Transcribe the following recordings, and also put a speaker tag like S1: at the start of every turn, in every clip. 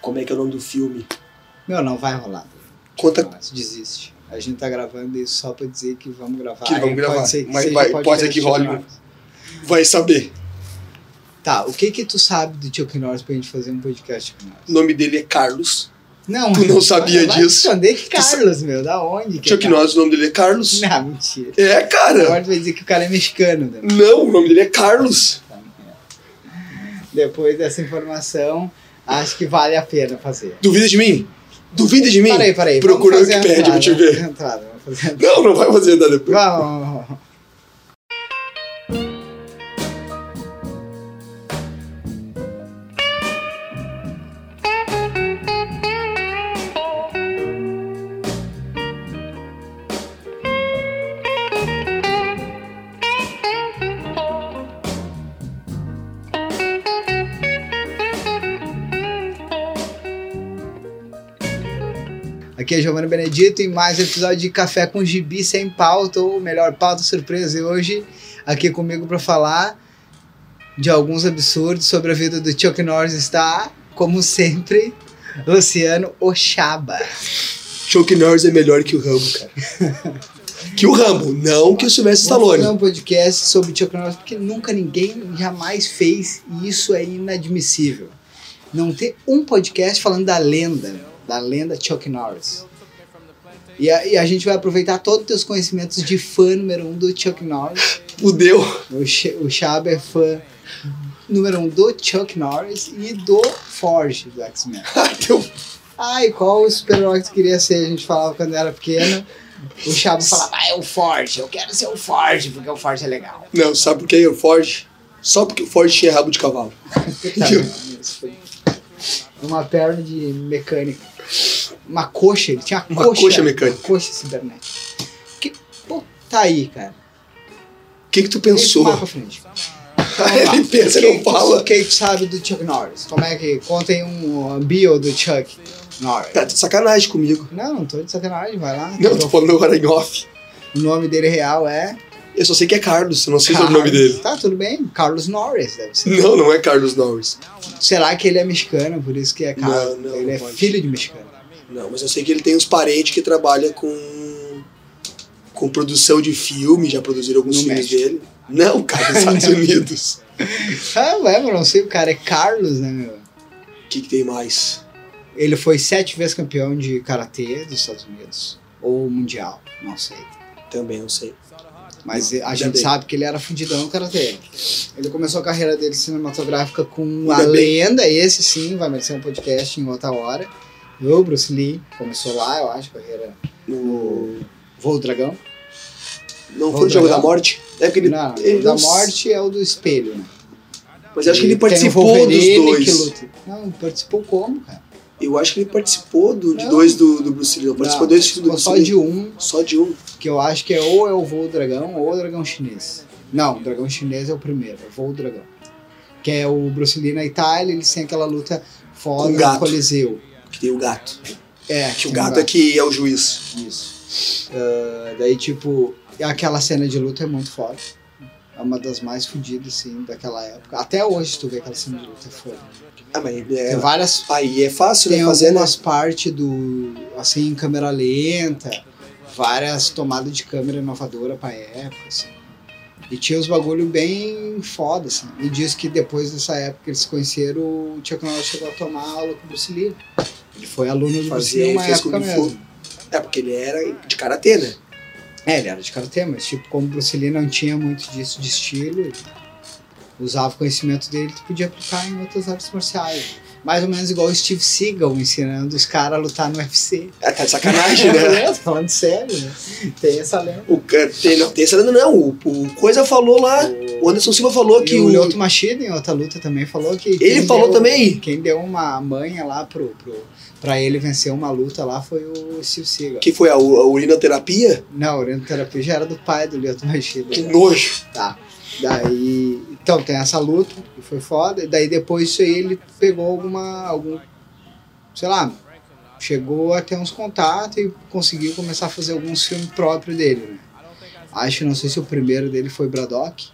S1: como é que é o nome do filme.
S2: Meu, não vai rolar.
S1: Conta-
S2: Mas desiste. A gente tá gravando isso só pra dizer que vamos gravar.
S1: Que vamos
S2: Aí
S1: gravar,
S2: Pode ser que
S1: mas
S2: seja
S1: vai- pode ser que
S2: podcast
S1: role, um.
S2: ou não.
S1: Vai saber.
S2: Tá, o que que tu sabe do Chuck Norris pra gente fazer um podcast de Chuck Norris?
S1: O nome dele é Carlos.
S2: Não,
S1: Tu não sabia
S2: vai
S1: disso?
S2: Responder que
S1: Tu sa-
S2: Carlos, meu, da onde? que é
S1: Chuck Norris, o nome dele é Carlos.
S2: Carlos? Não, mentira.
S1: É, cara.
S2: Agora tu vai dizer que o cara é mexicano, né?
S1: Não, o nome dele é Carlos.
S2: Depois dessa informação, acho que vale a pena fazer.
S1: Duvida de mim? Duvida de mim?
S2: Peraí, peraí.
S1: Procura o
S2: vamos fazer a
S1: Wikipedia pra te
S2: entrada,
S1: ver.
S2: vamos fazer a entrada, vamos fazer a entrada.
S1: Não, não vai fazer nada depois.
S2: Vamos, vamos, vamos. Aqui é Giovanni Benedito e mais um episódio de Café com Gibi sem pauta, ou melhor, pauta surpresa. E hoje, aqui comigo para falar de alguns absurdos sobre a vida do Chuck Norris está, como sempre, Luciano Oxaba.
S1: Chuck Norris é melhor que o Rambo, cara. que o Rambo, não que o Sylvester
S2: Vamos
S1: Stallone.
S2: fazer um podcast sobre Chuck Norris, porque nunca ninguém jamais fez, e isso é inadmissível. Não ter um podcast falando da lenda, da lenda Chuck Norris. E a, e a gente vai aproveitar todos os teus conhecimentos de fã número um do Chuck Norris.
S1: Fudeu.
S2: O, Ch o Chaba é fã número um do Chuck Norris e do Forge, do X-Men.
S1: Teu
S2: Ai, qual o super-herói que tu queria ser? A gente falava quando era pequeno. O Chabo falava, ah, é o Forge, eu quero ser o Forge, porque o Forge é legal.
S1: Não, sabe por que o Ford? Só porque o Ford tinha rabo de cavalo.
S2: Tá, isso foi uma Tipo, perna de mecânica. Uma coxa, ele tinha uma,
S1: Uma coxa mecânica.
S2: Uma coxa cibernética. Que, pô, tá aí, cara.
S1: O que que tu
S2: Deixa eu
S1: pensou?
S2: tomar pra frente. Então, vamos lá.
S1: Ele pensa,
S2: Quem
S1: não
S2: que-
S1: fala.
S2: Quem que sabe do Chuck Norris? Como é que... Contem um bio do Chuck Norris.
S1: Tá de sacanagem comigo.
S2: Não, não tô de sacanagem, vai lá.
S1: Não, tô falando agora em off.
S2: O nome dele real é...
S1: Eu só sei que é Carlos, eu não sei o sobrenome dele.
S2: Tá, tudo bem. Carlos Norris, deve ser.
S1: Não, não é Carlos Norris.
S2: Será que ele é mexicano, por isso que é Carlos?
S1: Não, não,
S2: ele é
S1: pode.
S2: filho de mexicano.
S1: Não, mas eu sei que ele tem uns parentes que trabalham com. com produção de filme, já produziram alguns
S2: No
S1: filmes
S2: México.
S1: dele. Não, cara, nos Estados Unidos.
S2: Ah, ué, mas não sei, o cara é Carlos, né, meu?
S1: O que, que tem mais?
S2: Ele foi sete vezes campeão de karatê dos Estados Unidos. Ou mundial, não sei.
S1: Também não sei.
S2: Mas a
S1: Ainda
S2: gente
S1: bem.
S2: sabe que ele era fudidão no karatê. Ele começou a carreira dele cinematográfica com a
S1: Ainda bem.
S2: lenda, esse sim, vai merecer um podcast em outra hora. O Bruce Lee começou lá, eu acho, a carreira no Voo do Dragão.
S1: Não foi o Jogo da Morte? É porque ele.
S2: Não,
S1: ele
S2: o da
S1: não-
S2: morte é o do espelho, né?
S1: Mas eu acho que ele
S2: Tem o
S1: participou dos
S2: Wolverine
S1: dois.
S2: que luta. Não, participou como, cara?
S1: Eu acho que ele participou do, de
S2: Não.
S1: dois do, do Bruce Lee. Não, participou
S2: Não,
S1: dois filmes do Bruce
S2: Só
S1: Lee.
S2: de um,
S1: Só de um.
S2: que eu acho que é ou é o voo dragão ou o dragão chinês. Não, o dragão chinês é o primeiro, é o voo dragão. Que é o Bruce Lee na Itália, eles têm aquela luta
S1: Com
S2: foda
S1: o gato.
S2: no Coliseu.
S1: Que tem o gato.
S2: É,
S1: Que
S2: tem
S1: o gato é que é o juiz.
S2: Isso. Ah, daí, tipo, aquela cena de luta é muito foda. É uma das mais fodidas, assim, daquela época. Até hoje tu vê aquela cena de luta, é foda.
S1: Ah, mas
S2: Tem
S1: é,
S2: várias
S1: aí é fácil
S2: tem
S1: né, fazer, né?
S2: algumas partes do assim em câmera lenta várias tomadas de câmera inovadora pra época assim. e tinha uns bagulho bem foda assim. e diz que depois dessa época que eles se conheceram o Chuck Norris chegou a tomar aula com o Bruce Lee ele foi aluno do Bruce
S1: Fazer
S2: Lee
S1: e
S2: uma
S1: fez
S2: época
S1: Kung Fu.
S2: mesmo
S1: É, porque ele era de karatê, né?
S2: é, ele era de karatê, mas tipo, como o Bruce Lee não tinha muito disso de estilo, ele usava o conhecimento dele, tu podia aplicar em outras artes marciais. Mais ou menos igual o Steve Seagal ensinando os caras a lutar no UFC.
S1: É, tá de sacanagem, né?
S2: É, tô falando sério, né? Tem essa lenda.
S1: O, ca- tem, não, tem essa lenda, não. O, o Coisa falou lá. O Anderson Silva falou
S2: Que
S1: que
S2: o
S1: o.
S2: Lyoto Machida, em outra luta, também falou que. quem
S1: falou
S2: deu-
S1: também?
S2: Quem deu uma manha lá pro, pro, pra ele vencer uma luta lá foi o Steve Seagal.
S1: Que foi a, u- a urinoterapia?
S2: Não, o orientoterapia já era do pai do Lyoto Machida.
S1: Que
S2: né?
S1: nojo.
S2: Tá. Daí. Então, tem essa luta, que foi foda. E daí depois disso aí ele pegou alguma. algum. Sei lá. Chegou a ter uns contatos e conseguiu começar a fazer alguns filmes próprios dele, né? Acho, não sei se o primeiro dele foi Braddock,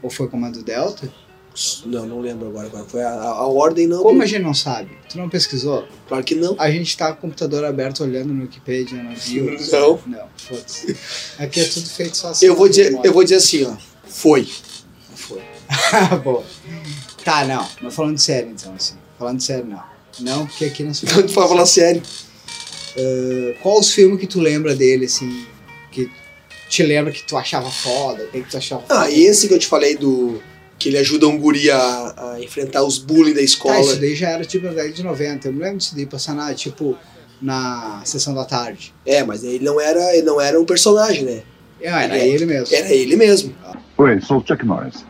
S2: ou foi Comando Delta.
S1: Não, não lembro agora. agora. Foi a, a ordem não.
S2: Como é? a gente não sabe? Tu não pesquisou?
S1: Claro que não.
S2: A gente tá com o computador aberto olhando no Wikipedia, não viu?
S1: Não.
S2: Não, foda-se. Aqui é tudo feito só assim.
S1: Eu vou dizer, eu vou dizer assim, ó. Foi.
S2: Foi. Ah, Bom. Tá, não. Mas falando sério então, assim. Falando sério, não. Não, porque aqui não se
S1: Então tu vai falar sério.
S2: Qual os filmes que tu lembra dele, assim, que te lembra que tu achava foda, o que que tu achava foda? Tá,
S1: Ah, esse que eu te falei do. Que ele ajuda um guri a, a enfrentar os bullying da
S2: Ah, isso
S1: escola.
S2: daí já era tipo na década de 90. Eu me lembro disso daí passar na, tipo, na sessão da tarde.
S1: é, mas ele não era, ele não era um personagem, né?
S2: É, Era
S1: É.
S2: ele mesmo.
S1: Era ele mesmo.
S3: Oi, sou o Chuck Norris.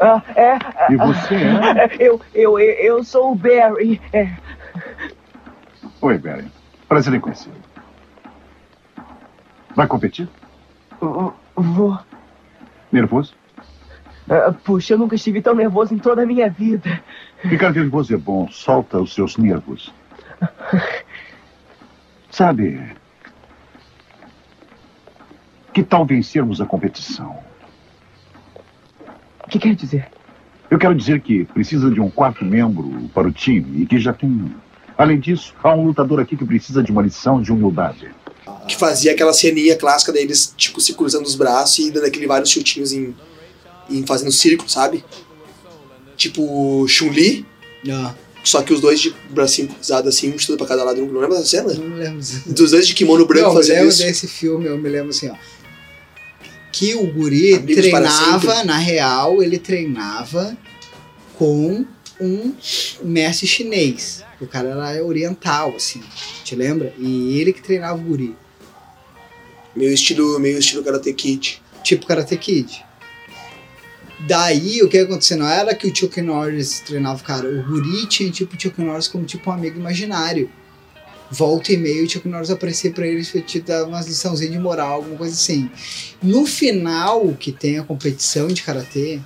S4: Ah, é,
S3: E você é?
S4: eu, eu, eu, eu sou o Barry. É.
S3: Oi, Barry. Prazer em conhecê-lo. Vai competir?
S4: Vou- Vou.
S3: Nervoso?
S4: Ah, Puxa, eu nunca estive tão nervoso em toda a minha vida.
S3: Ficar nervoso é bom. Solta os seus nervos. Sabe... Que tal vencermos a competição?
S4: O que quer dizer?
S3: Eu quero dizer que precisa de um quarto membro para o time e que já tem um. Além disso, há um lutador aqui que precisa de uma lição de humildade.
S1: Que fazia aquela ceninha clássica deles, tipo, se cruzando os braços e dando aquele vários chutinhos em. em fazendo círculo, sabe? Tipo Chun-Li,
S2: Não,
S1: só que os dois de bracinho cruzado assim, um chutando pra cada lado. Não lembra dessa cena?
S2: não me lembro disso.
S1: Dos dois de kimono branco
S2: Não, eu
S1: fazendo
S2: lembro
S1: isso.
S2: desse filme, eu me lembro assim, ó. Que o guri
S1: Amigos para
S2: treinava,
S1: sempre.
S2: na real, ele treinava com um mestre chinês. O cara era oriental, assim, te lembra? E ele que treinava o guri.
S1: Meio estilo, meio estilo Karate Kid.
S2: Tipo Karate Kid. Daí, o que aconteceu? Não era que o Chuck Norris treinava o cara. O guri tinha, tipo, o Chuck Norris como, tipo, um amigo imaginário. Volta e meia, o Chuck Norris aparecia pra ele e te dar umas liçãozinhas de moral, alguma coisa assim. No final, que tem a competição de Karatê,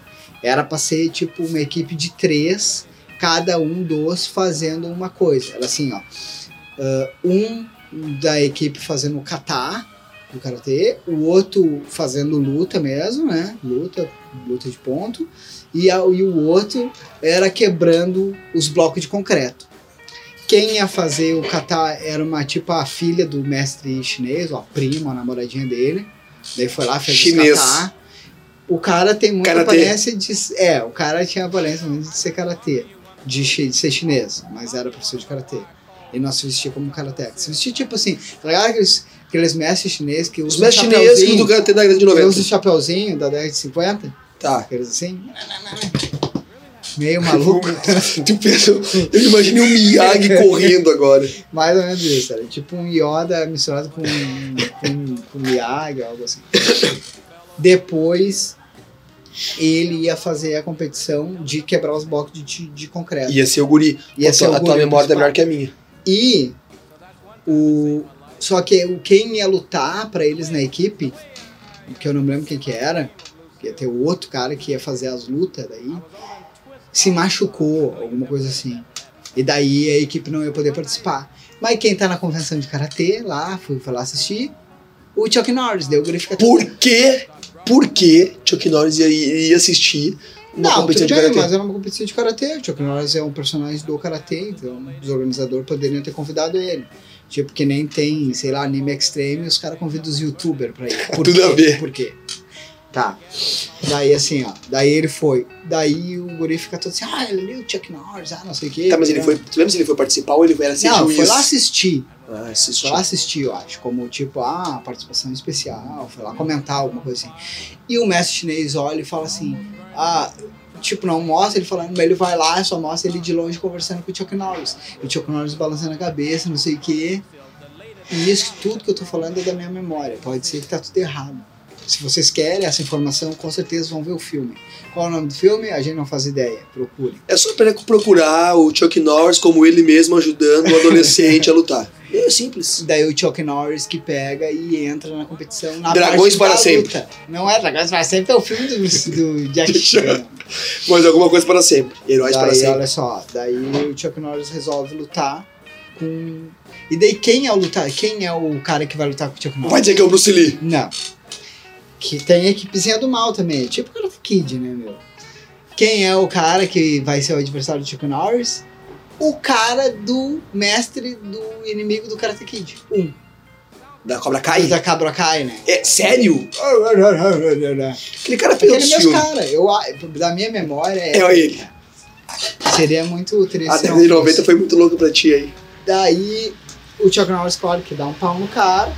S2: era pra ser, tipo, uma equipe de três, cada um dos fazendo uma coisa. Era assim, ó. ah, um da equipe fazendo o kata, do karatê, o outro fazendo luta mesmo, né? Luta, luta de ponto, e, a- e o outro era quebrando os blocos de concreto. Quem ia fazer o kata era uma tipo a filha do mestre chinês, ou a prima, a namoradinha dele. Daí foi lá fez
S1: Chinês.
S2: os kata. O cara tem muita
S1: Karatê.
S2: aparência de é, o cara tinha a aparência muito de ser karatê, de, chi- de ser chinês, mas era professor de karatê. Ele não se vestia como karatê. Se vestia tipo assim, tá ligado aqueles, aqueles mestres chineses que
S1: Os
S2: usam
S1: mestres
S2: chapeuzinho?
S1: chineses do Karate da década de
S2: Que usa o
S1: 90.
S2: chapeuzinho da década de 50,
S1: Tá.
S2: aqueles assim. Meio maluco,
S1: Tu pensa, eu imaginei um Miyagi correndo agora.
S2: mais ou menos isso, era tipo um Yoda misturado com, com, com Miyagi, algo assim. Depois, ele ia fazer a competição de quebrar os blocos de, ti- de concreto.
S1: Ia ser o guri.
S2: É. Ia
S1: a
S2: ser
S1: tua,
S2: o
S1: a tua
S2: guri
S1: memória tá melhor
S2: principal.
S1: que a minha.
S2: E o só que o quem ia lutar pra eles na equipe, que eu não me lembro quem que era, que ia ter o outro cara que ia fazer as lutas daí, se machucou, alguma coisa assim. E daí a equipe não ia poder participar. Mas quem tá na convenção de karatê lá, fui, fui lá assistir, o Chuck Norris, deu o guri fica
S1: Por que, por que Chuck Norris ia, ia assistir uma
S2: não,
S1: competição
S2: tudo
S1: de
S2: bem,
S1: karatê?
S2: mas era uma competição de karatê. O Chuck Norris é um personagem do karatê, então os organizadores poderiam ter convidado ele. Tipo, que nem tem, sei lá, anime extreme e os caras convidam os youtubers pra ir. Por
S1: Tudo
S2: quê?
S1: a ver.
S2: Por quê? Tá. Daí assim, ó. Daí ele foi. Daí o guri fica todo assim, ah, ele é o Chuck Norris, ah, não sei o quê.
S1: Tá, mas ele foi. Tu lembra se ele foi participar ou ele era ser
S2: Não,
S1: juiz?
S2: foi lá assistir.
S1: Ah, assistiu.
S2: Foi lá assistir, eu acho, como tipo, ah, participação especial, foi lá comentar alguma coisa assim. E o mestre chinês olha e fala assim, ah, tipo, não mostra ele falando, mas ele vai lá, só mostra ele de longe conversando com o Chuck Norris. E o Chuck Norris balançando a cabeça, não sei o quê. E isso tudo que eu tô falando é da minha memória, pode ser que tá tudo errado. Se vocês querem essa informação, com certeza vão ver o filme. Qual é o nome do filme? A gente não faz ideia, procure.
S1: É só pra procurar o Chuck Norris como ele mesmo ajudando o adolescente a lutar. É simples.
S2: Daí o Chuck Norris que pega e entra na competição na
S1: Dragões
S2: parte
S1: para
S2: da
S1: sempre.
S2: luta. Não é Dragões para sempre, é o filme do, do Jack Chan.
S1: Mas alguma coisa para sempre. Heróis para
S2: Daí,
S1: sempre.
S2: olha só, daí o Chuck Norris resolve lutar com... E daí quem é o lutar? Quem é o cara que vai lutar com o Chuck
S1: Não
S2: Norris?
S1: vai dizer que é o Bruce Lee.
S2: é Não. Que tem a equipezinha do mal também, tipo o Karate Kid, né, meu? Quem é o cara que vai ser o adversário do Chuck Norris? O cara do mestre do inimigo do Karate Kid. Um.
S1: Da Cobra Kai?
S2: Da Cabra Kai, né?
S1: É, sério? Aquele cara fez
S2: Aquele
S1: outros
S2: mesmo
S1: filmes.
S2: cara. Eu, a- da minha memória,
S1: É
S2: é-
S1: ele.
S2: seria muito triste.
S1: A
S2: se não
S1: década de
S2: fosse.
S1: 90 foi muito louca pra ti aí.
S2: Daí o Chuck Norris, claro, que dá um pau no cara.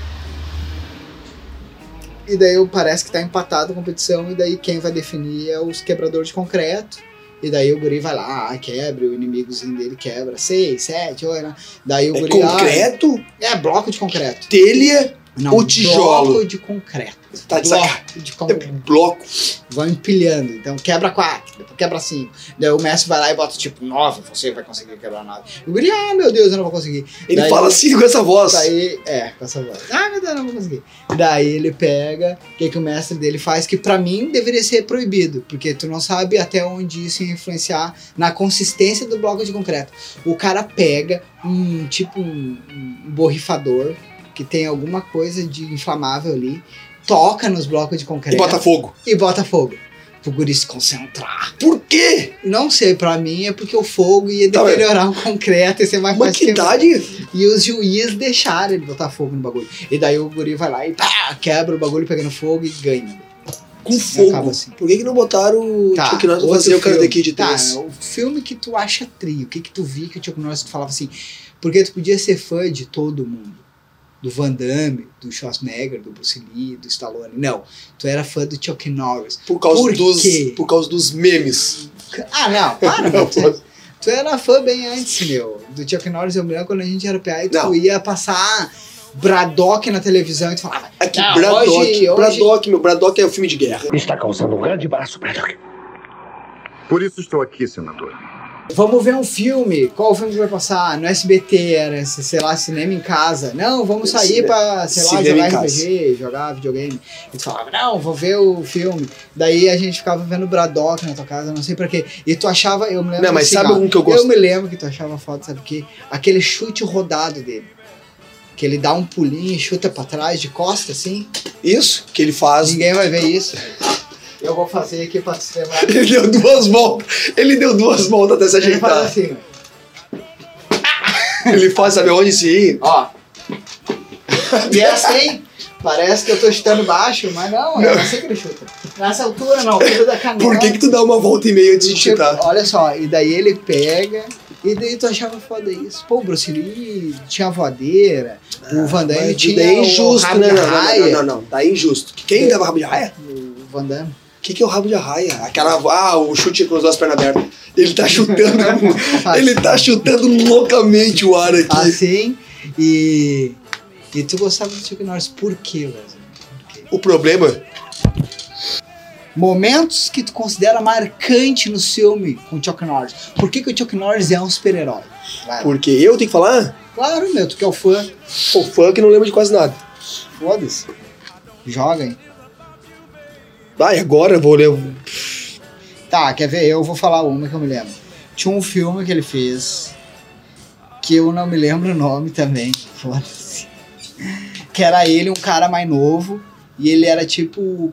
S2: E daí o- parece que tá empatado a competição. E daí quem vai definir é os quebradores de concreto. E daí o guri vai lá, ah, quebra, e o inimigozinho dele quebra. seis, sete, oito. né? Daí o
S1: É
S2: guri. ah,
S1: concreto,
S2: é bloco de concreto.
S1: telha,
S2: Não,
S1: O tijolo.
S2: Bloco de concreto.
S1: tá de sacanagem.
S2: Bloco de concreto.
S1: Bloco.
S2: Vão empilhando. Então quebra quatro, depois quebra cinco. Daí o mestre vai lá e bota tipo nove, você vai conseguir quebrar nove. E o guri, ah, meu Deus, eu não vou conseguir.
S1: Ele
S2: Daí-
S1: fala assim com essa voz.
S2: Daí, é, com essa voz. Ah, meu Deus, não vou conseguir. Daí ele pega, o que, que o mestre dele faz, que pra mim deveria ser proibido, porque tu não sabe até onde isso ia influenciar na consistência do bloco de concreto. O cara pega um tipo um, um borrifador que tem alguma coisa de inflamável ali, toca nos blocos de
S1: E
S2: concreto
S1: bota fogo.
S2: e bota fogo. Pro guri se concentrar.
S1: Por quê?
S2: Não sei, pra mim é porque o fogo ia
S1: Tá, mas-
S2: deteriorar o concreto e ser mais
S1: Mas
S2: fácil
S1: que
S2: quebrar.
S1: idade?
S2: E os juízes deixaram ele botar fogo no bagulho. E daí o guri vai lá e pá, quebra o bagulho pegando fogo e ganha.
S1: Com
S2: acaba
S1: fogo.
S2: assim.
S1: Por que, que não botaram o Chuck Norris pra
S2: outro
S1: fazer o Karate
S2: filme.
S1: Kid 3?
S2: Tá, o filme que tu acha trio, o que que tu vi que o Chuck Norris tu falava assim, porque tu podia ser fã de todo mundo. Do Van Damme, do Schwarzenegger, do Bruce Lee, do Stallone. Não, tu era fã do Chuck Norris.
S1: Por causa,
S2: Por
S1: dos,
S2: quê?
S1: por causa dos memes.
S2: Ah, não, para, meu, tu, tu era fã bem antes, meu. Do Chuck Norris, eu me lembro quando a gente era PA e tu
S1: Não.
S2: ia passar Braddock na televisão e tu falava,
S1: Aqui,
S2: Não,
S1: Braddock.
S2: hoje- hoje-
S1: Braddock, meu. Braddock é um filme de guerra.
S5: Está causando um grande braço, Braddock.
S3: Por isso estou aqui, senador.
S2: Vamos ver um filme. Qual o filme que vai passar? No SBT, era, se- sei lá, cinema em casa. Não, vamos sair
S1: Cine-
S2: pra, sei lá,
S1: cinema
S2: jogar
S1: em
S2: RPG, jogar videogame. E tu falava, não, vou ver o filme. Daí a gente ficava vendo Braddock na tua casa, não sei pra quê. E tu achava, eu me lembro.
S1: Não, mas
S2: assim,
S1: sabe
S2: ó,
S1: um que eu
S2: Eu
S1: gosto?
S2: me lembro que tu achava foda, sabe o quê? Aquele chute rodado dele. Que ele dá um pulinho e chuta pra trás de costa, assim.
S1: Isso, que ele faz.
S2: Ninguém vai ver isso. Eu vou fazer aqui pra te lembrar.
S1: Ele deu duas voltas. Ele deu duas voltas até se
S2: Ele faz
S1: ajeitar.
S2: assim, ó.
S1: Ele faz, sabe onde sim?
S2: Ó. E é assim. Parece que eu tô chutando baixo, mas não, é assim que ele chuta. Nessa altura não, altura da canela.
S1: Por que, que tu dá uma volta e meia antes de
S2: Tipo,
S1: chutar?
S2: Olha só, e daí ele pega. E daí tu achava foda isso. Pô, o Bruce Lee tinha voadeira, o Van Damme
S1: Ah, Mas
S2: tinha
S1: daí é
S2: o
S1: injusto,
S2: rabo
S1: né?
S2: de
S1: Não, não, não,
S2: raia.
S1: não, não, não. Daí é injusto. Quem dava rabo de raia?
S2: O Van Damme.
S1: O que, que é o rabo de arraia? Aquela. Ah, o chute com as duas pernas abertas. Ele tá chutando. ele tá chutando loucamente o ar aqui.
S2: Assim, e... E tu gostava do Chuck Norris, por quê, Wesley?
S1: O problema.
S2: Momentos que tu considera marcante no filme com o Chuck Norris. Por que, que o Chuck Norris é um super-herói? Vai lá.
S1: Porque eu tenho que falar?
S2: Claro, meu, tu que é o fã.
S1: O fã que não lembra de quase nada.
S2: Foda-se. Joga, hein?
S1: Ah, e agora eu vou ler.
S2: Tá, quer ver? Eu vou falar uma que eu me lembro. Tinha um filme que ele fez que eu não me lembro o nome também. Foda-se. Que era ele, um cara mais novo, e ele era tipo o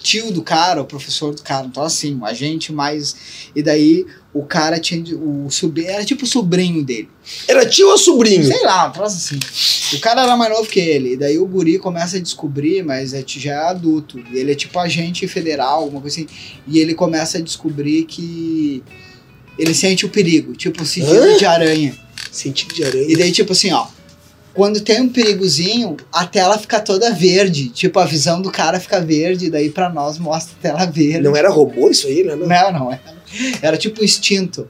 S2: tio do cara, o professor do cara, então assim, um agente mais. E daí o cara tinha. de- O sobrinho, era tipo o sobrinho dele.
S1: Era tio ou sobrinho?
S2: Sei lá, um troço assim. O cara era mais novo que ele, e daí o guri começa a descobrir, mas é, ti- já é adulto. E ele é tipo agente federal, alguma coisa assim. E ele começa a descobrir que ele sente o perigo, tipo o sigilo
S1: Hã?
S2: de aranha.
S1: Sentido de aranha.
S2: E daí, tipo assim, ó. Quando tem um perigozinho, a tela fica toda verde. Tipo, a visão do cara fica verde, e daí pra nós mostra a tela verde.
S1: Não era robô isso aí, né? Não.
S2: Não, não era. Era tipo um instinto.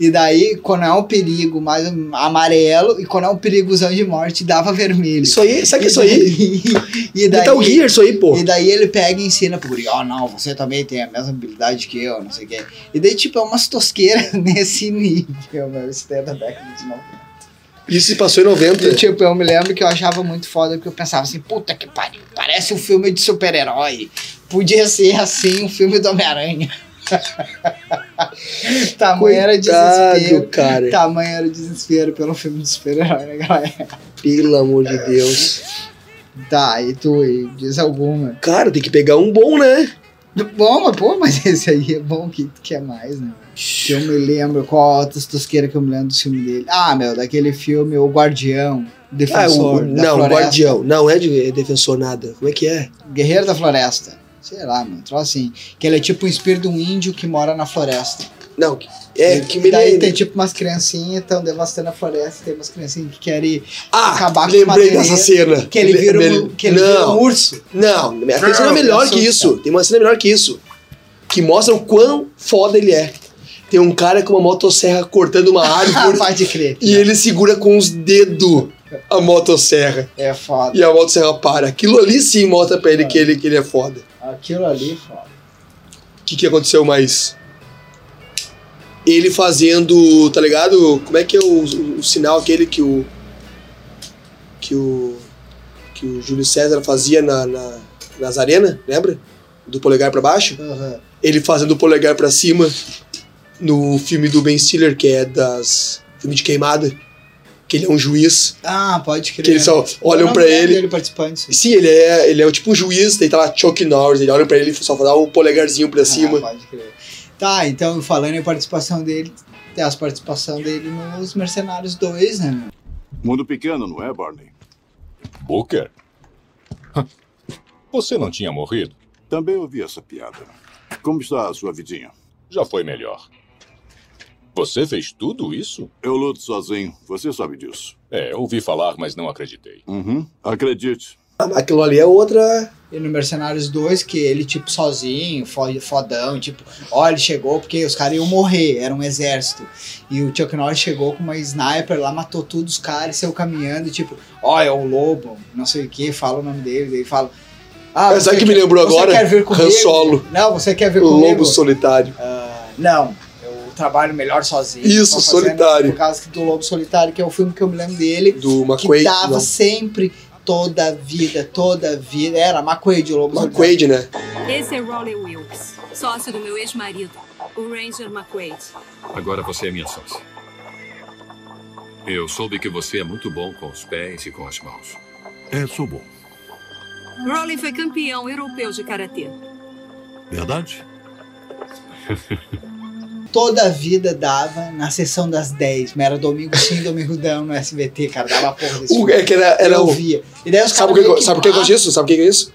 S2: E daí, quando é um perigo mais amarelo, e quando é um perigozão de morte, dava vermelho.
S1: Isso aí, sabe que é isso
S2: E
S1: aí?
S2: daí- E daí,
S1: Metal Gear, isso aí, pô.
S2: e daí ele pega e ensina pro guri, ó, não, você também tem a mesma habilidade que eu, não sei o quê. E daí, tipo, é umas tosqueiras nesse nível, meu, isso daí é da década de 90.
S1: Isso se passou em 90.
S2: E, tipo, eu me lembro que eu achava muito foda, porque eu pensava assim, puta que pariu, parece um filme de super-herói. Podia ser assim um filme do Homem-Aranha. Tamanho era o desespero.
S1: Coitado, cara.
S2: Tamanho era o desespero pelo filme de super-herói, né, galera?
S1: Pelo amor de Deus.
S2: Tá, e tu e diz alguma.
S1: Cara, tem que pegar um bom, né?
S2: Bom, mas pô, mas esse aí é bom que tu quer mais, né? Que eu me lembro qual a tosqueira que eu me lembro do filme dele. Ah, meu, daquele filme O Guardião,
S1: Ah, o,
S2: Defensor da
S1: não,
S2: Floresta.
S1: Guardião. Não, é de é defensor nada. Como é que é?
S2: Guerreiro da Floresta. Sei lá, meu, um troço assim. Que ele é tipo um espírito de um índio que mora na floresta.
S1: Não, é
S2: E-
S1: que
S2: e
S1: me
S2: daí
S1: lembra-
S2: tem tipo umas criancinhas estão devastando a floresta, tem umas criancinhas que querem
S1: Ah,
S2: acabar com
S1: lembrei
S2: o material
S1: dessa cena.
S2: que ele vira um,
S1: Lembrei-
S2: que ele vira um
S1: não,
S2: urso.
S1: não, tem cena é
S2: Não,
S1: melhor
S2: eu
S1: que
S2: sou-
S1: isso. Tem uma cena melhor que isso. Que mostra o quão foda ele é. Tem um cara com uma motosserra cortando uma
S2: Ah,
S1: árvore
S2: pode crer.
S1: e ele segura com os dedos a motosserra.
S2: É foda.
S1: E a motosserra para. Aquilo ali sim mostra pra ele que ele, que ele é foda.
S2: Aquilo ali, foda.
S1: O que, que aconteceu mais? Ele fazendo, tá ligado? Como é que é o, o- o sinal aquele que o. que o. que o Júlio César fazia na, na, nas arenas, lembra? Do polegar pra baixo?
S2: Aham.
S1: Ele fazendo o polegar pra cima no filme do Ben Stiller, que é das. filme de queimada. Que ele é um juiz,
S2: Ah, pode crer.
S1: que eles só
S2: Eu
S1: olham
S2: não
S1: pra
S2: lembro
S1: ele.
S2: dele participando disso.
S1: Sim, ele é, ele é o tipo um juiz, daí tá lá Chuck Norris, ele olha pra ele e só dá o polegarzinho pra
S2: Ah,
S1: cima.
S2: pode crer. Tá, então falando em participação dele, tem as participações dele nos Mercenários 2, né? meu?
S6: Mundo pequeno, não é, Barney?
S7: Booker? Você não tinha morrido?
S6: Também ouvi essa piada. Como está a sua vidinha?
S7: Já foi melhor. Você fez tudo isso?
S6: Eu luto sozinho, você sabe disso.
S7: É, ouvi falar, mas não acreditei.
S6: Uhum. Acredite,
S1: Aquilo ali é outra.
S2: E no Mercenários 2, que ele, tipo, sozinho, fo- fodão, tipo, ó, ele chegou porque os caras iam morrer, era um exército. E o Chuck Norris chegou com uma sniper lá, matou todos os caras, saiu caminhando, e tipo, ó, é o Lobo, não sei o que, fala o nome dele, daí fala. Ah,
S1: É, sabe
S2: você
S1: que me
S2: quer-
S1: lembrou
S2: você
S1: agora?
S2: Quer vir comigo?
S1: Han Solo,
S2: Não, você quer
S1: o
S2: ver comigo? É,
S1: lobo solitário.
S2: Não, eu trabalho melhor sozinho.
S1: Isso,
S2: Tô fazendo
S1: solitário.
S2: Por causa que do Lobo Solitário, que é o filme que eu me lembro dele,
S1: Do
S2: que
S1: McQuaid.
S2: dava
S1: Não,
S2: sempre, toda a vida, toda a vida. Era McQuaid, o Lobo Solitário.
S1: McQuaid, né?
S8: Esse é Rowley Wilkes, sócio do meu ex-marido, o Ranger McQuaid.
S9: Agora você é minha sócia. Eu soube que você é muito bom com os pés e com as mãos.
S10: É, sou bom.
S8: Rowley foi campeão europeu de karatê.
S10: Verdade?
S2: Toda a vida dava na sessão das 10. Mas era domingo sim, domingo não no SBT, cara. Dava porra desse
S1: O,
S2: filme.
S1: é que era, era
S2: eu
S1: o.
S2: via. E daí os
S1: Sabe o
S2: caras
S1: que,
S2: meio
S1: eu- sabe o que eu gosto disso? Sabe o que é isso?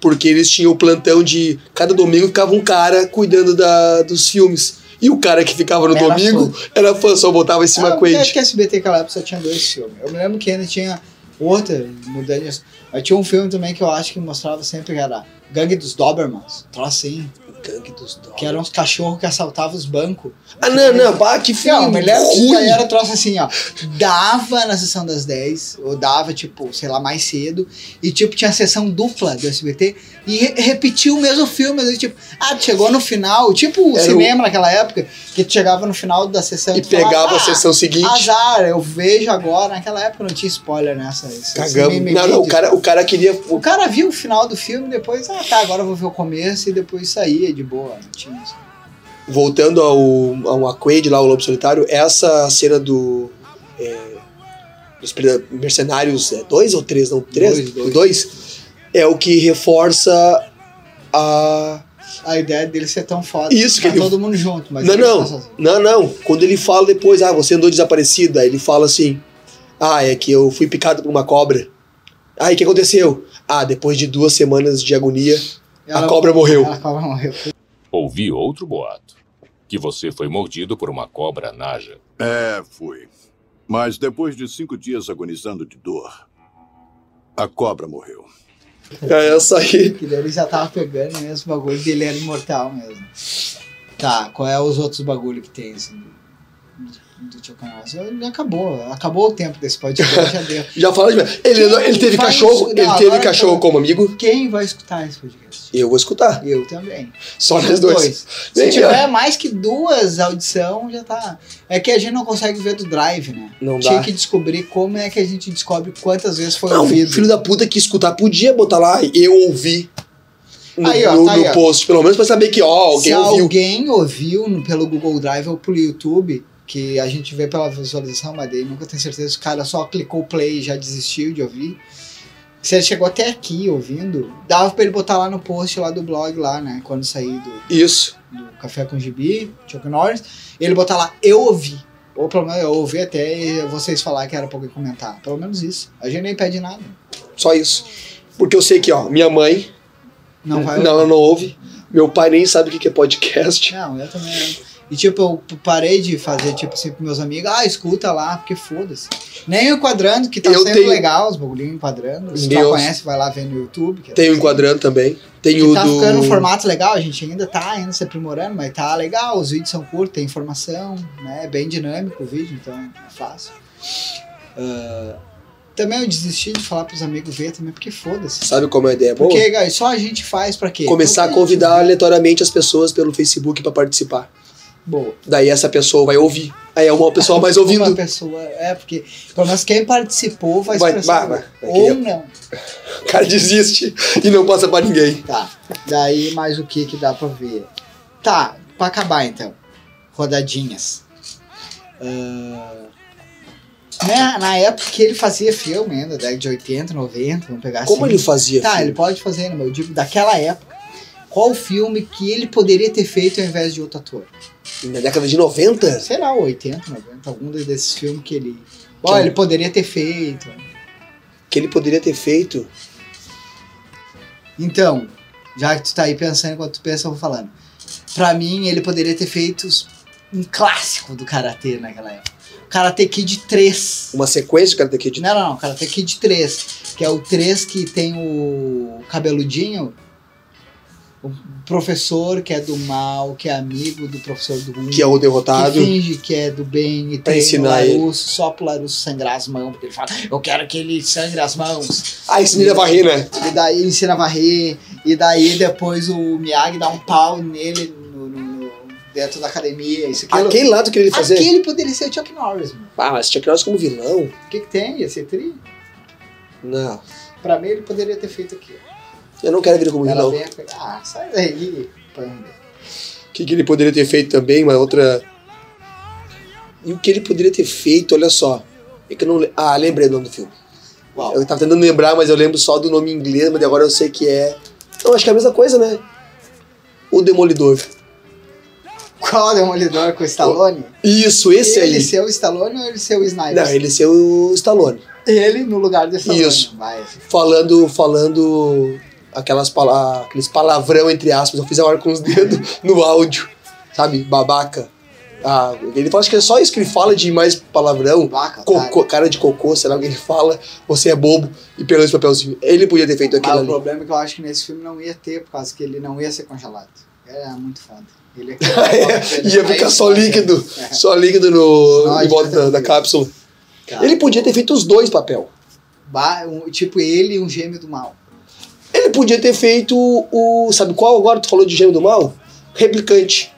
S1: Porque eles tinham o plantão de. Cada domingo ficava um cara cuidando da, dos filmes. E o cara que ficava no
S2: Era
S1: domingo era fã, só botava em cima
S2: Ah, eu acho
S1: McQuaid.
S2: que a SBT naquela época só tinha dois filmes. Eu me lembro que ainda tinha outra, mudando de assunto, Mas tinha um filme também que eu acho que mostrava sempre que era Gangue dos Dobermans. um Troço assim.
S1: Gangue dos Dó-
S2: Que eram uns cachorros que assaltavam os bancos.
S1: Ah, não, não, pá, que filme.
S2: Não, me lembro que isso
S1: ruim.
S2: aí era um troço assim, ó. Dava na sessão das 10, ou dava, tipo, sei lá, mais cedo. E, tipo, tinha a sessão dupla do SBT. E re repetia o mesmo filme. Mas, tipo, ah, tu chegou no final. Tipo o
S1: Era o-
S2: cinema naquela época, que tu chegava no final da sessão
S1: E
S2: tu falava,
S1: pegava a
S2: "Ah,
S1: sessão seguinte.
S2: Azar, eu vejo agora. Naquela época não tinha spoiler nessa. esse- esse
S1: Cagamos.
S2: meme
S1: Não, não, o
S2: vídeo.
S1: cara, o cara queria.
S2: O cara viu o final do filme, depois, ah tá, agora eu vou ver o começo e depois saía de boa. Não tinha isso.
S1: voltando ao, ao Aquaid lá, o Lobo Solitário, essa cena do. é, dos pre- Mercenários é, dois ou três? Não, três?
S2: Dois, dois.
S1: Dois, é o que reforça a.
S2: A ideia dele ser tão foda.
S1: Isso que
S2: tá
S1: ele-
S2: todo mundo junto, mas
S1: não,
S2: ele tá
S1: não,
S2: sozinho.
S1: não, não. Quando ele fala depois, ah, você andou desaparecido, aí ele fala assim: ah, é que eu fui picado por uma cobra. Ah, e o que aconteceu? Ah, depois de duas semanas de agonia, a
S2: Ela-
S1: cobra morreu.
S2: A cobra morreu.
S7: Ouvi outro boato. Que você foi mordido por uma cobra naja.
S6: É, fui. Mas depois de cinco dias agonizando de dor, a cobra morreu.
S1: É essa aí.
S2: Que daí ele já tava pegando mesmo o bagulho dele era imortal mesmo. Tá, qual é os outros bagulho que tem assim? do- Do Tio Canal? Acabou, acabou o tempo desse podcast, já deu.
S1: Já fala de. Ele,
S2: Quem
S1: ele teve
S2: vai
S1: cachorro,
S2: escutar?
S1: ele teve
S2: Agora
S1: cachorro
S2: tá-
S1: como amigo.
S2: Quem vai escutar esse podcast?
S1: Eu vou escutar.
S2: Eu também.
S1: Só nós
S2: Os
S1: dois.
S2: Se
S1: Bem, é.
S2: tiver mais que duas audição, já tá. É que a gente não consegue ver do drive, né?
S1: Não
S2: Tinha
S1: dá.
S2: que descobrir como é que a gente descobre quantas vezes foi
S1: Não, o
S2: ouvido.
S1: filho da puta que escutar podia botar lá, eu ouvi. No,
S2: Aí, ó,
S1: no-
S2: tá aí,
S1: no
S2: ó.
S1: post, pelo menos pra saber que, ó, alguém
S2: Se
S1: ouviu.
S2: alguém ouviu no- pelo Google Drive ou pelo YouTube, que a gente vê pela visualização, mas daí nunca tem certeza se o cara só clicou play e já desistiu de ouvir. Se ele chegou até aqui ouvindo, dava pra ele botar lá no post lá do blog lá, né? Quando sair do,
S1: Isso.
S2: do Café com Gibi, Chuck Norris, ele botar lá, eu ouvi. Ou pelo menos eu ouvi até vocês falar que era pra alguém comentar. Pelo menos isso. A gente nem pede nada.
S1: Só isso. Porque eu sei que, ó, minha mãe,
S2: Não vai
S1: É, não, ela não ouve. Meu pai nem sabe o que que é podcast.
S2: Não, eu também não. E tipo, eu p- parei de fazer, tipo assim, pros meus amigos, ah, escuta lá, porque foda-se. Nem o enquadrando, que tá
S1: Eu
S2: sendo
S1: tenho-
S2: legal, os bagulhinhos enquadrando. Se tu
S1: Deus.
S2: não conhece, vai lá ver no YouTube. que é
S1: Tem o
S2: assim.
S1: Enquadrando também. Tem
S2: Que
S1: o
S2: tá
S1: do...
S2: ficando um formato legal, a gente ainda tá ainda se aprimorando, mas tá legal, os vídeos são curtos, tem informação, né? É bem dinâmico o vídeo, então é fácil. Ah, também eu desisti de falar pros amigos ver também, porque foda-se.
S1: Sabe como é a ideia boa?
S2: Porque, guys, só a gente faz pra quê?
S1: Começar a
S2: Não tem
S1: convidar
S2: gente.
S1: aleatoriamente as pessoas pelo Facebook pra participar.
S2: Boa.
S1: Daí essa pessoa vai ouvir. Aí é uma pessoa mais
S2: Uma
S1: ouvindo.
S2: pessoa, é, porque pelo menos quem participou vai
S1: Vai-
S2: expressar.
S1: vai- vai- vai
S2: ou
S1: querer-
S2: não.
S1: O cara desiste e não passa pra ninguém.
S2: Tá. Daí mais o que que dá pra ver? Tá, pra acabar então. Rodadinhas. Ah, né, na época que ele fazia filme ainda, década de 80, 90, vamos pegar
S1: Como
S2: assim.
S1: ele fazia?
S2: Tá,
S1: filho?
S2: ele pode fazer, né, mas eu digo daquela época. Qual filme que ele poderia ter feito ao invés de outro ator?
S1: Na década de 90?
S2: Sei lá, 80, 90, algum desses filmes que ele. Ó,
S1: um
S2: ele poderia ter feito. né?
S1: Que ele poderia ter feito.
S2: Então, já que tu tá aí pensando enquanto tu pensa, eu vou falando. Pra mim, ele poderia ter feito um clássico do Karatê naquela época. Karate Kid 3.
S1: Uma sequência do Karate Kid.
S2: Não, não, não, Karate Kid 3. Que é o 3 que tem o cabeludinho. O professor que é do mal, que é amigo do professor do ruim.
S1: Que é o derrotado.
S2: Que finge que é do bem e
S1: Pra
S2: treina o
S1: ensinar ele.
S2: Larusso, só pro Larusso sangrar as mãos. Porque ele fala, eu quero que ele sangre as mãos.
S1: Ah, esse Nilha Barré, né?
S2: E daí ele ensina a varrer, e daí depois o Miyagi dá um pau nele no, no- no- dentro da academia. Isso, aquilo.
S1: Aquele lado que ele
S2: Aquele
S1: fazer.
S2: poderia ser o Chuck Norris, mano.
S1: Ah, mas Chuck Norris como vilão?
S2: O que, que tem? Ia ser tri?
S1: Não.
S2: Pra mim ele poderia ter feito aqui.
S1: Eu não quero vir como vilão.
S2: Ela vem a- Ah, sai daí, panda.
S1: O que, que ele poderia ter feito também? Uma outra. E o que ele poderia ter feito, olha só. É que eu não. le- Ah, lembrei o nome do filme.
S2: Uau.
S1: Eu tava tentando lembrar, mas eu lembro só do nome em inglês, mas agora eu sei que é. Não, acho que é a mesma coisa, né? O Demolidor.
S2: Qual demolidor com o Stallone?
S1: Isso, esse
S2: ele
S1: aí.
S2: ser o Stallone ou ele ser o Sniper?
S1: Não, ele ser o Stallone.
S2: Ele no lugar do Stallone.
S1: Isso.
S2: Vai.
S1: Falando, falando aquelas pala- aqueles palavrão entre aspas. Eu fiz a hora com os dedos no áudio. Sabe? Babaca. Ah, ele fala acho que é só isso que ele fala de mais palavrão. Ah,
S2: Vaca,
S1: Cocô, cara de cocô, sei lá o que ele fala, você é bobo e pegou esse papelzinho. Ele podia ter feito
S2: Mas
S1: aquilo
S2: o
S1: ali.
S2: problema é que eu acho que nesse filme não ia ter, por causa que ele não ia ser congelado. Era muito foda. Ele ia,
S1: É, ia ficar só líquido,
S2: É.
S1: só líquido no,
S2: Não,
S1: em volta
S2: adianta
S1: da, da
S2: não.
S1: cápsula.
S2: Tá.
S1: Ele podia ter feito os dois papel.
S2: Ba- um- tipo ele e um gêmeo do mal.
S1: Ele podia ter feito o. Sabe qual agora tu falou de gêmeo do mal? Replicante.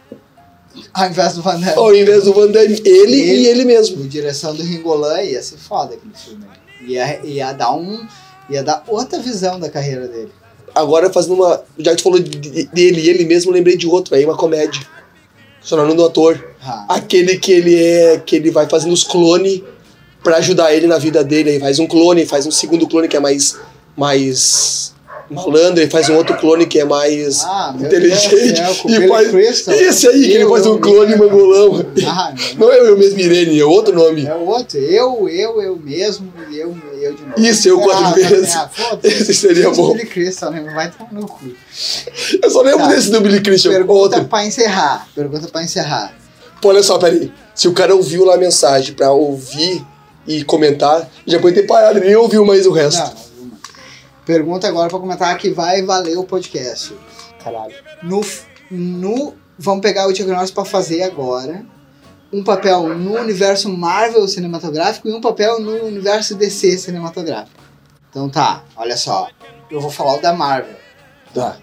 S2: Ao invés do Van Damme.
S1: Ao invés do Van Damme, ele
S2: Ele.
S1: e ele mesmo.
S2: Em direção do Ringolan ia ser foda aquele filme. Ia, ia dar um. Ia dar outra visão da carreira dele.
S1: Agora fazendo uma. Já que tu falou de- de- dele e ele mesmo, lembrei de outro aí, uma comédia. Só não é o nome do ator.
S2: Ah,
S1: aquele que ele é que ele vai fazendo os clones pra ajudar ele na vida dele aí faz um clone faz um segundo clone que é mais mais malandro e faz um outro clone que é mais
S2: Ah, meu Deus do
S1: inteligente
S2: céu, com o
S1: e
S2: Billy
S1: faz
S2: Crystal.
S1: esse aí que ele
S2: Eu,
S1: faz um
S2: eu,
S1: clone
S2: eu.
S1: mangolão
S2: Ah,
S1: não é o eu mesmo Irene é outro nome
S2: é outro. Eu, eu, eu mesmo, e eu, eu de novo.
S1: Isso, eu quatro
S2: Ah,
S1: vezes.
S2: Ah, foda-se.
S1: esse seria bom
S2: Billy Crystal, né? Vai tomar no cu.
S1: eu só lembro
S2: Tá.
S1: desse do Billy Christian
S2: Pergunta
S1: outro
S2: pra encerrar. Pergunta pra encerrar.
S1: Pô, olha só peraí se o cara ouviu lá a mensagem pra ouvir e comentar já pode ter parado ele nem ouviu mais o resto
S2: Não, uma. Pergunta agora pra comentar que vai valer o podcast. Caralho. No, no, vamos pegar o Chuck Norris pra fazer agora um papel no universo Marvel cinematográfico e um papel no universo DC cinematográfico. Então tá, olha só. Eu vou falar o da Marvel.
S1: Tá.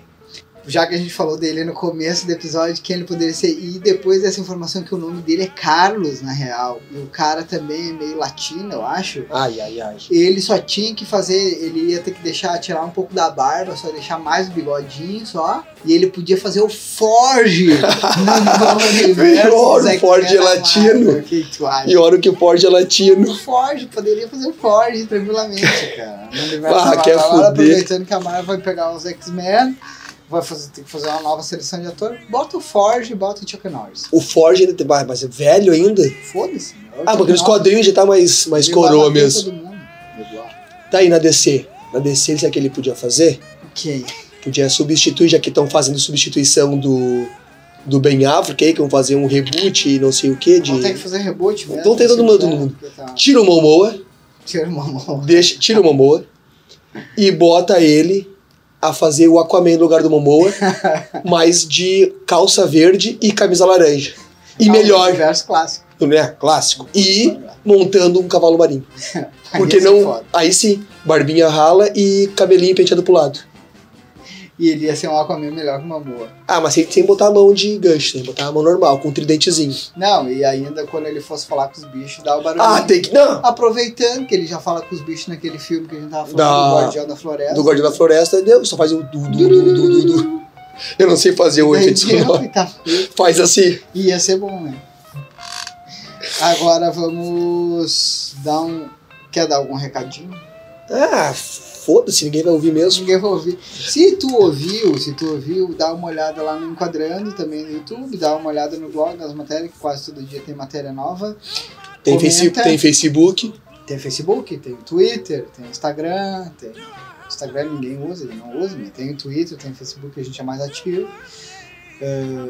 S2: já que a gente falou dele no começo do episódio, quem ele poderia ser. E depois dessa informação que o nome dele é Carlos, na real. E o cara também é meio latino, eu acho.
S1: Ai, ai, ai.
S2: Ele só tinha que fazer, ele ia ter que deixar tirar um pouco da barba, só deixar mais o bigodinho só. E ele podia fazer o Forge.
S1: Melhor, o Forge é latino. E
S2: E
S1: olha que o Ford é latino.
S2: o Forge, poderia fazer o Forge tranquilamente, cara. No universo
S1: Ah,
S2: da
S1: quer
S2: Marvel,
S1: fuder.
S2: aproveitando que a Marvel vai pegar os X-Men, vai fazer, ter que fazer uma nova seleção de ator, bota o Forge e bota o Chuck Norris.
S1: O Ford ainda tem. Mas é velho ainda?
S2: Foda-se. né? O
S1: Ah,
S2: Chuck
S1: porque nos
S2: Norris,
S1: quadrinhos já tá mais, mais
S2: ele vai
S1: coroa
S2: bater em
S1: mesmo.
S2: todo mundo. Igual.
S1: Tá aí na DC. Na DC, sabe o que ele podia fazer?
S2: Quem?
S1: Podia substituir, já que estão fazendo substituição do, do Ben Affleck aí, que vão fazer um reboot e não sei o que. De...
S2: Não Então tem que fazer reboot mesmo.
S1: Não Então tem todo mundo, todo
S2: né?
S1: mundo.
S2: Porque tá-
S1: Tira o Momoa,
S2: Tira uma mão.
S1: deixa, tira o Momoa e bota ele a fazer o Aquaman no lugar do Momoa, mas de calça verde e camisa laranja. E
S2: Ah,
S1: melhor,
S2: Universo clássico.
S1: né? Clássico. E montando um cavalo marinho. Porque
S2: Ia ser
S1: não.
S2: foda.
S1: Aí sim, barbinha rala e cabelinho penteado pro lado.
S2: E ele ia ser um Aquaman melhor que uma boa.
S1: Ah, mas sem, sem botar a mão de gancho, tem que botar a mão normal, com um tridentezinho.
S2: Não, e ainda quando ele fosse falar com os bichos, dá o barulho.
S1: Ah, tem que. Não!
S2: Aproveitando que ele já fala com os bichos naquele filme que a gente tava falando
S1: Da-
S2: do Guardião da Floresta.
S1: Do Guardião da Floresta, deu, só faz o du, du, du, du, du, du. Eu não sei fazer o
S2: Daí
S1: efeito
S2: deu
S1: sonoro.
S2: e tá feito.
S1: Faz assim.
S2: E Ia ser bom, né? Agora vamos dar um. Quer dar algum recadinho?
S1: Ah, foda-se, ninguém vai ouvir mesmo.
S2: Ninguém vai ouvir. Se tu ouviu, se tu ouviu, dá uma olhada lá no Enquadrando, também no YouTube, dá uma olhada no blog, nas matérias, que quase todo dia tem matéria nova.
S1: Tem,
S2: Comenta.
S1: face, tem Facebook.
S2: Tem Facebook, tem Twitter, tem Instagram, tem. Instagram ninguém usa, ele não usa, mas tem o Twitter, tem o Facebook, a gente é mais ativo. Eh,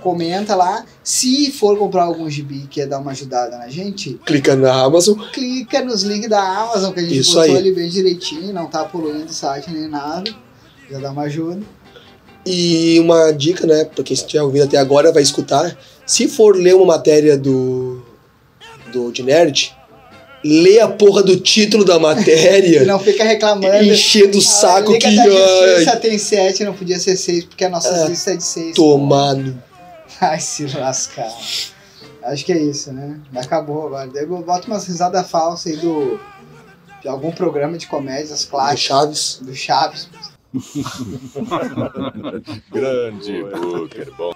S2: comenta lá. Se for comprar algum gibi e quer dar uma ajudada na gente,
S1: Clica na Amazon.
S2: clica nos links da Amazon, que a gente
S1: Isso
S2: botou
S1: aí.
S2: ali bem direitinho, não tá poluindo o site nem nada. Já dá uma ajuda.
S1: E uma dica, né? Pra quem estiver ouvindo até agora vai escutar. Se for ler uma matéria do. do de Nerd, lê a porra do título da
S2: E
S1: matéria.
S2: não fica reclamando.
S1: e enchendo o saco
S2: a
S1: que.
S2: Liga da
S1: ai,
S2: Justiça tem 7, não podia ser 6, porque a nossa
S1: Ah,
S2: lista é de 6.
S1: tomar no
S2: Ai, se lascar. Acho que é isso, né? Acabou agora. Daí eu boto umas risadas falsas aí do. de algum programa de comédias
S1: do
S2: clássicas.
S1: Chaves.
S2: Do Chaves.
S7: Grande Booker, bom.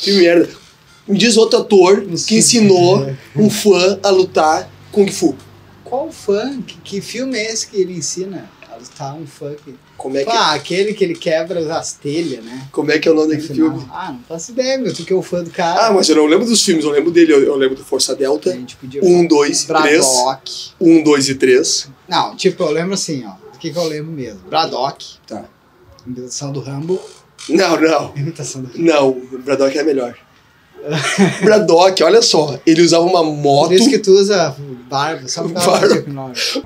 S1: Que merda. Me diz outro ator
S2: Não
S1: que
S2: sei. É.
S1: ensinou um fã a lutar Kung Fu.
S2: Qual funk? Que filme é esse que ele ensina? a lutar um funk.
S1: Como é que,
S2: Ah, aquele que ele quebra as telhas, né?
S1: como é, que é o nome
S2: No
S1: daquele
S2: final.
S1: filme?
S2: Ah, não faço ideia, meu. Tu que é o fã do cara.
S1: Ah, mas eu não lembro dos filmes, eu lembro dele, eu, eu lembro do Força
S2: A
S1: Delta.
S2: gente podia
S1: Um, dois, três.
S2: Braddock.
S1: Um, dois e três.
S2: Não, tipo, eu lembro assim, ó. O que, que eu lembro mesmo? Braddock.
S1: Tá.
S2: Imitação do Rambo.
S1: Não, não.
S2: Imitação do
S1: Não, o Braddock é melhor. Braddock, olha só, ele usava uma moto.
S2: Por isso que tu usa barba, só por causa
S1: Barba.
S2: do Chuck Norris.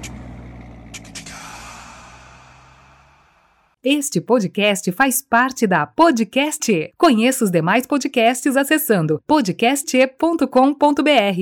S8: Este podcast faz parte da Podcast E. Conheça os demais podcasts acessando podcast.com.br.